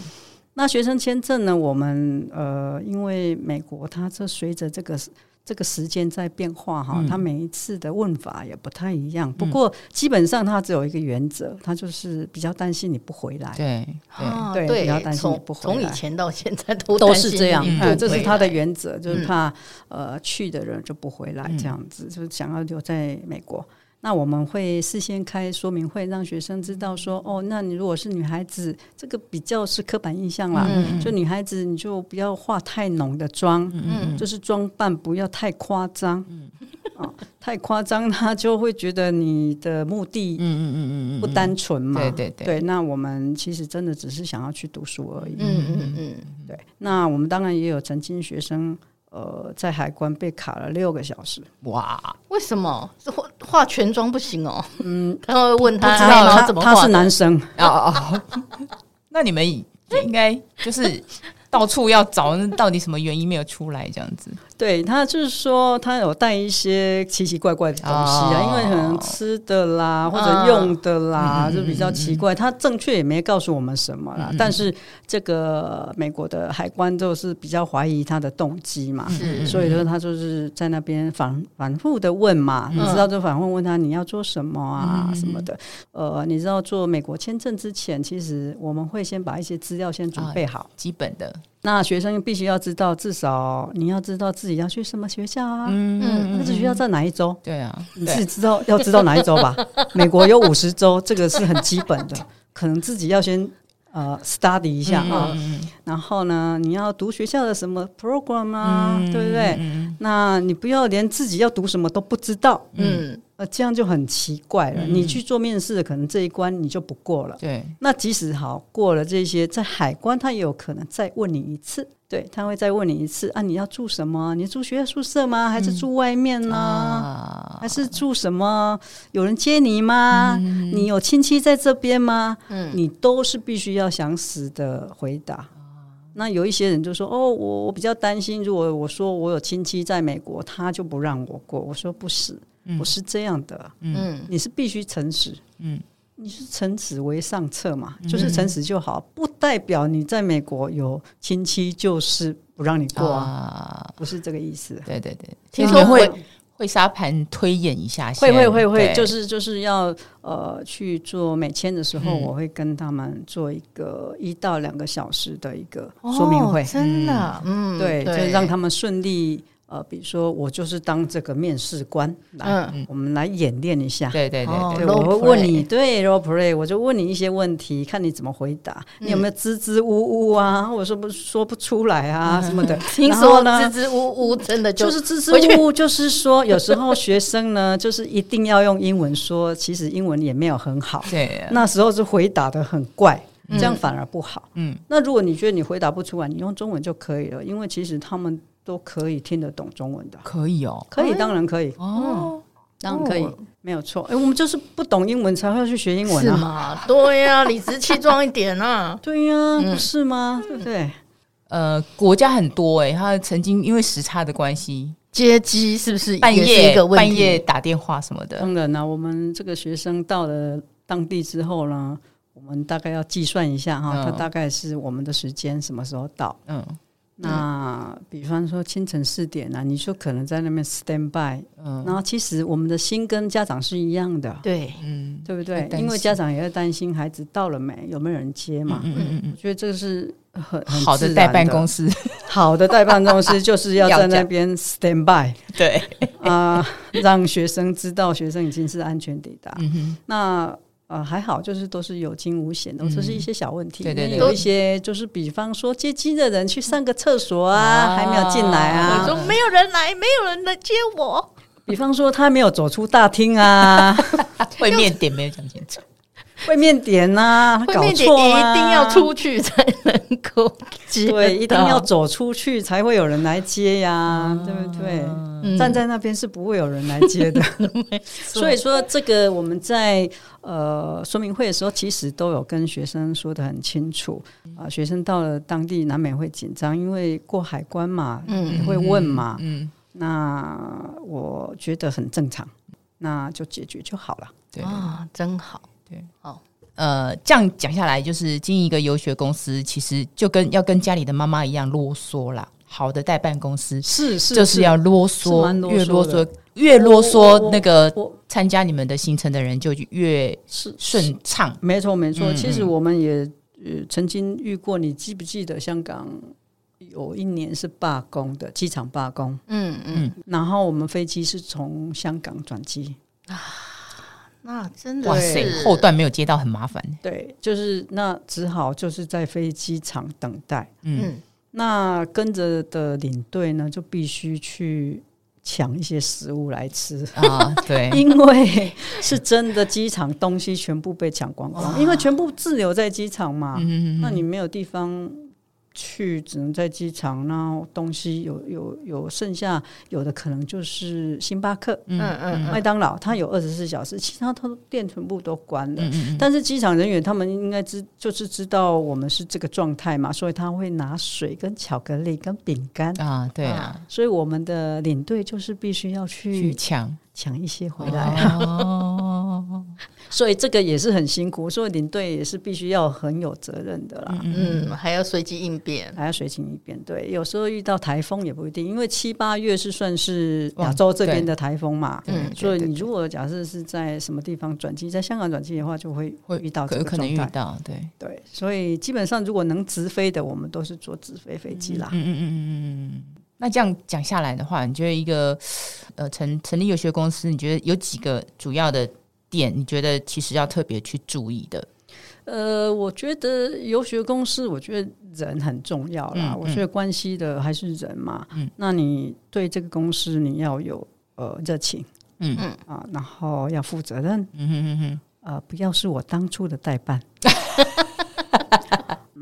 那学生签证呢，我们呃，因为美国它这随着这个这个时间在变化哈，
嗯
它每一次的问法也不太一样。不过基本上它只有一个原则，它就是比较担心你不回来。
对对，
啊
对
对
不要担，心
从
你不回
从以
来
前到现在都
都
担
是
心
这样
你，不
嗯，这是
回
他的
来
原则，就是
嗯
怕呃去的人就不回来
嗯
这样子，就是想要留在美国。那我们会事先开说明会，让学生知道说，哦，那你如果是女孩子，这个比较是刻板印象啦，
嗯
就女孩子你就不要化太浓的妆，
嗯
就是装扮不要太夸张，
嗯
哦，太夸张他就会觉得你的目的
嗯嗯嗯嗯，
不单纯嘛，
对对对
对。那我们其实真的只是想要去读书而已，
嗯嗯嗯
对，那我们当然也有曾经学生，呃，在海关被卡了六个小时，
哇，
为什么这化化全妆不行哦？嗯，他会问他
知道
他
他
怎么
他
化
是
的
男生，
嗯
哦哦， 那你们应该就是到处要找，那到底什么原因没有出来这样子？
对他就是说他有带一些奇奇怪怪的东西啊，
哦
因为可能吃的啦或
嗯
者用的啦，就比较奇怪。他正确也没告诉我们什么啦，
嗯
但是这个美国的海关就是比较怀疑他的动机嘛，
是
所以说他就是在那边反反复的问嘛，
嗯
你知道就反问问他你要做什么啊、什么的。呃，你知道做美国签证之前，其实我们会先把一些资料先准备
啊
好。
基本的，
那学生必须要知道，至少你要知道自己要去什么学校啊，
嗯
那个学校在哪一州。
对啊，
你自己
对，
知道 要知道哪一州吧？美国有五十州，这个是很基本 的，可能自己要先呃 study 一下
嗯
啊。
嗯
然后呢，你要读学校的什么 program 啊，
嗯
嗯
对不对？那你不要连自己要读什么都不知道，
嗯
呃，这样就很奇怪了。你去做面试，可能这一关你就不过了。
嗯对，
那即使好过了这些，在海关他也有可能再问你一次，对他会再问你一次啊，你要住什么？你住学校宿舍吗？还是住外面呢？
啊，
还是住什么？有人接你吗？你有亲戚在这边吗？
嗯
你都是必须要详实的回答。那有一些人就说：“哦，我我比较担心，如果我说我有亲戚在美国，他就不让我过。”我说：“不是，我是这样的，
嗯
你是必须诚实，
嗯，
你是诚实为上策嘛，就是诚实就好，不代表你在美国有亲戚就是不让你过啊，
啊，
不是这个意思。”
对对对，
听
你
说
们会
会
会沙盘推演一下先，
会会会会，
对
就是就是要呃去做美签的时候，
嗯
我会跟他们做一个一到两个小时的一个嗯说明会
哦，真的啊，嗯，
对，就让他们顺利呃，比如说我就是当这个面试官来，
嗯
我们来演练一下。
对对
哦
对对
对，
role
我会问
play
你，对 role play，我就问你一些问题，看你怎么回答，你有
嗯
没有支支吾吾啊，或者说不说不出来啊什么的。
嗯 听
然后
说
呢
支，支吾吾，真的
就是是支支
回去
吾吾，就是说，有时候学生呢， 就是一定要用英文说，其实英文也没有很好，
对，
那时候是回答的很怪，这样反而不好。
嗯，
那如果你觉得你回答不出来，你用中文就可以了，因为其实他们都可以听得懂中文的，
可以哦，
可以，当然可以，嗯
哦，
当然可以
哦，
没有错。哎，我们就是不懂英文才会去学英文
是
啊，，
吗？对呀，理直气壮一点啊
对呀、不是吗？对不对？
呃，国家很多哎，他曾经因为时差的关系，
接机是不是
半
也是
夜
一个问题？
半夜打电话什么的，
当然啦、我们这个学生到了当地之后呢，我们大概要计算一下哈，
嗯
他大概是我们的时间什么时候到。
嗯
那比方说清晨四点啊，你就可能在那边 stand by，、
嗯
然后其实我们的心跟家长是一样的，
对，
嗯，
对不
会
对？
担心
因为家长也会担心孩子到了没，有没有人接嘛。
嗯嗯嗯
我觉得这是很
嗯，
很
好
自
的
然
代
的
办公司，
好的代办公室就是要
要
在那
讲
边 stand by，
对，
啊、 让学生知道学生已经是安全抵达。
嗯哼，
那呃还好，就是都是有惊无险的，
嗯
这是一些小问题。
对对
因为
对
有一些就是比方说接机的人去上个厕所啊，
啊
还没有进来
我
啊
说。没有人来，没有人来接我，
比方说他没有走出大厅啊，
会面点没有讲清楚，
会面点啊，他
会
搞
面姐
错
一
啊
定要。出去才能 够 接，
对，一定要，走出去才会有人来接呀、对不对？
嗯
站在那边是不会有人来接 的。所以说，这个我们在呃说明会的时候，其实都有跟学生说的很清楚。啊、学生到了当地难免会紧张，因为过海关嘛，也会问嘛，
嗯，
那我觉得很正常，那就解决就好了。
对。
啊，真好，
呃，这样讲下来，就是经营一个游学公司，其实就跟要跟家里的妈妈一样啰嗦啦。好的代办公司
是是
就是要啰嗦，
是蛮啰嗦的
越啰嗦越啰
我
嗦
我，
那个
我
参加你们的行程的人就越
是
顺畅。
没错没错，
嗯
其实我们也呃曾经遇过，你记不记得香港有一年是罢工的，机场罢工，
嗯嗯，
然后我们飞机是从香港转机，
那真
哇
的
塞
是，
后段没有接到很麻烦。
对，就是那只好就是在飞机场等待，
嗯，
嗯
那跟着的领队呢就必须去抢一些食物来吃。
啊， 对，
因为是真的，机场东西全部被抢光光，因为全部滞留在机场嘛。
嗯
那你没有地方去，只能在机场。那东西有有有剩下，有的可能就是星巴克、
嗯嗯
麦当劳，它有二十四小时，其他它都店全部都关了。
嗯嗯
但是机场人员他们应该知，就是知道我们是这个状态嘛，所以他会拿水、跟巧克力、跟饼干。
嗯啊，对啊，
所以我们的领队就是必须要
去
去
抢
抢一些回来，啊
哦，
所以这个也是很辛苦，所以领队也是必须要很有责任的啦。
嗯，还要随机应变，
还要随情一变。对，有时候遇到台风也不一定，因为七八月是算是
哇
亚洲这边的台风嘛，
对
嗯
对
所以
对
你如果假设是在什么地方转机，在香港转机的话，就会
会
遇到
可
这
有
个
可能
状
遇
态。
到，对，嗯
对，所以基本上如果能直飞的，我们都是坐直飞飞机啦。
嗯嗯嗯嗯嗯。那这样讲下来的话，你觉得一个呃成成立游学公司，你觉得有几个主要的点？你觉得其实要特别去注意的？
呃，我觉得游学公司，我觉得人很重要啦。
嗯
我觉得关系的还是人嘛。那你对这个公司你要有呃热情，
嗯
嗯
啊，然后要负责任，
嗯哼哼哼，
呃，不要是我当初的 代办。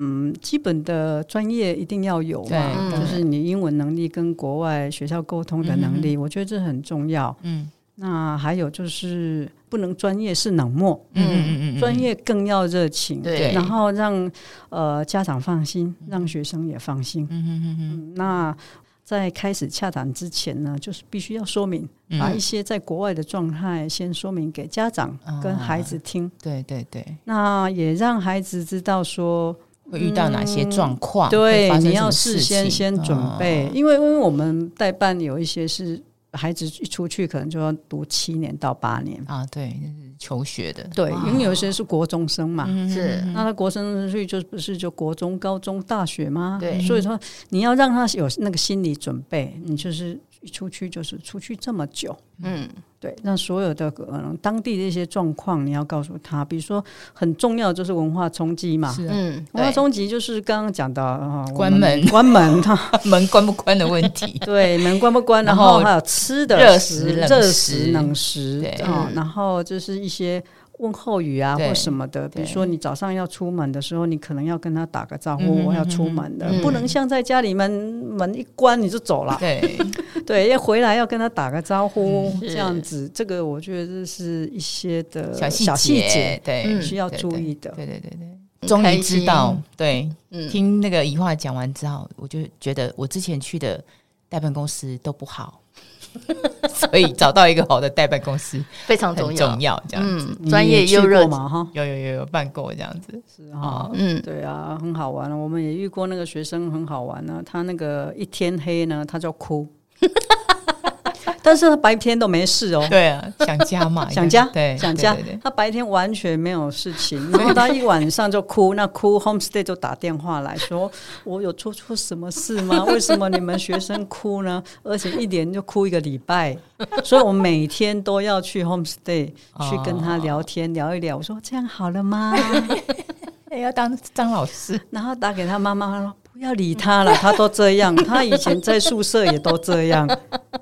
嗯，基本的专业一定要有嘛，
对
就是你英文能力跟国外学校沟通的能力，我觉得这很重要。
嗯
那还有就是不能专业是冷漠，
嗯嗯嗯嗯，
专业更要热情，
对
然后让呃家长放心，
嗯
让学生也放心。嗯嗯嗯。那在开始洽谈之前呢，就是必须要说明，
嗯
把一些在国外的状态先说明给家长
啊
跟孩子听，
对对对，
嗯那也让孩子知道说，
会遇到哪些状况？啊会
对
发，生
你
什
要
么
事
事
先
情哦啊
先准备，因为因为我们代办有一些是孩子一出去可能就要读七年到八年，
啊，对，就是求学的，啊
对，
哇
因为有一些是国中生嘛。
是
嗯
那他国生去就不是就国中、高中、大学吗？
对
所以说你要让他有那个心理准备，你就是一出去就是出去这么久，
嗯
对，那所有的可能当地的一些状况，你要告诉他，比如说很重要的就是文化冲击嘛，
是啊
嗯，
文化
对，
冲击就是刚刚讲的啊，我
关
们
门
关 门哈，。
门关不关的问题
对，门关不关，
然
然
后
后还有吃的
热食
食、
冷
热
食
食、冷食
对，
哦
嗯，
然后就是一些。问候语啊，
对
或什么的，比
对
如说你早上要出门的时候，你可能要跟他打个招
嗯
呼，
哼
我要
哼
出
哼
门的
嗯，
不能像在家里门门一关你就走 了，
对，
对，要回来要跟他打个招呼，
嗯
是
这样子，这个我觉得这是一些的
小细
呃小细
节
节，
对，
嗯
需要
对
注意的。
对对对对。
很
终于
开
知
心
道，，对，
嗯
听那个怡化讲完之后，我就觉得我之前去的代办公司都不好， 所以找到一个好的代办公 司
非常
很
重
重要。这样子，
嗯，
你
专
也
业又
去
热
过，嘛哈，
有有有有办过这样子，
是哈，
嗯
对啊，很好玩啊。我们也遇过那个学生很好玩啊，他那个一天黑呢，他就哭， 但是他白天都没事哦。
对啊，想家嘛，
想家，
对，
想家
对对对，
他白天完全没有 事情，然后他一晚上就哭，那哭 homestay 就打电话来说：“我有做错什么 事吗？为什么你们学生哭呢？而且一连就哭一个礼拜，所以我每天都要去 homestay 去跟
哦
他聊天聊一聊。我说这样好了吗？
哎要当张老师，
然后打给他妈妈，他说不要理他了，他都这样，他以前在宿舍也都这样，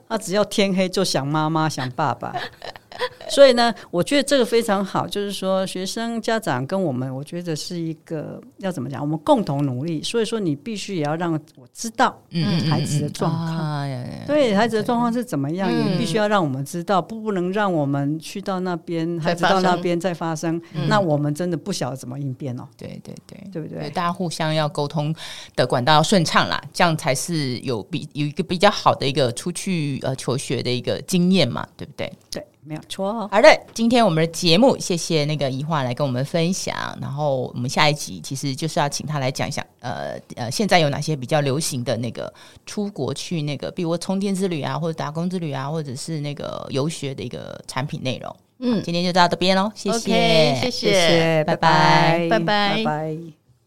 他只要天黑就想妈妈想爸爸。所以呢，我觉得这个非常好，就是说学生、家长跟我们，我觉得是一个要怎么讲，我们共同努力。所以说，你必须也要让我知道
嗯
孩子的状况。
啊呀呀
对孩子的状况是怎么样，也必须要让我们知道，不不能让我们去到那边，孩子
再发
到
生
那边再发生，那我们真的不晓得怎么应变哦，
对对对。
对不
对，
对？
大家互相要沟通的管道要顺畅啦，这样才是有比有一个比较好的一个出去呃求学的一个经验嘛，对不对？
对，没有错哦。
好的，今天我们的节目，谢谢那个怡化来跟我们分享。然后我们下一集其实就是要请他来讲一下，呃呃，现在有哪些比较流行的那个出国去那个，比如说充电之旅啊，或者打工之旅啊，或者是那个游学的一个产品内容。
嗯，
今天就到这边喽，谢谢
OK，谢
谢谢，
拜
拜
拜拜
拜拜。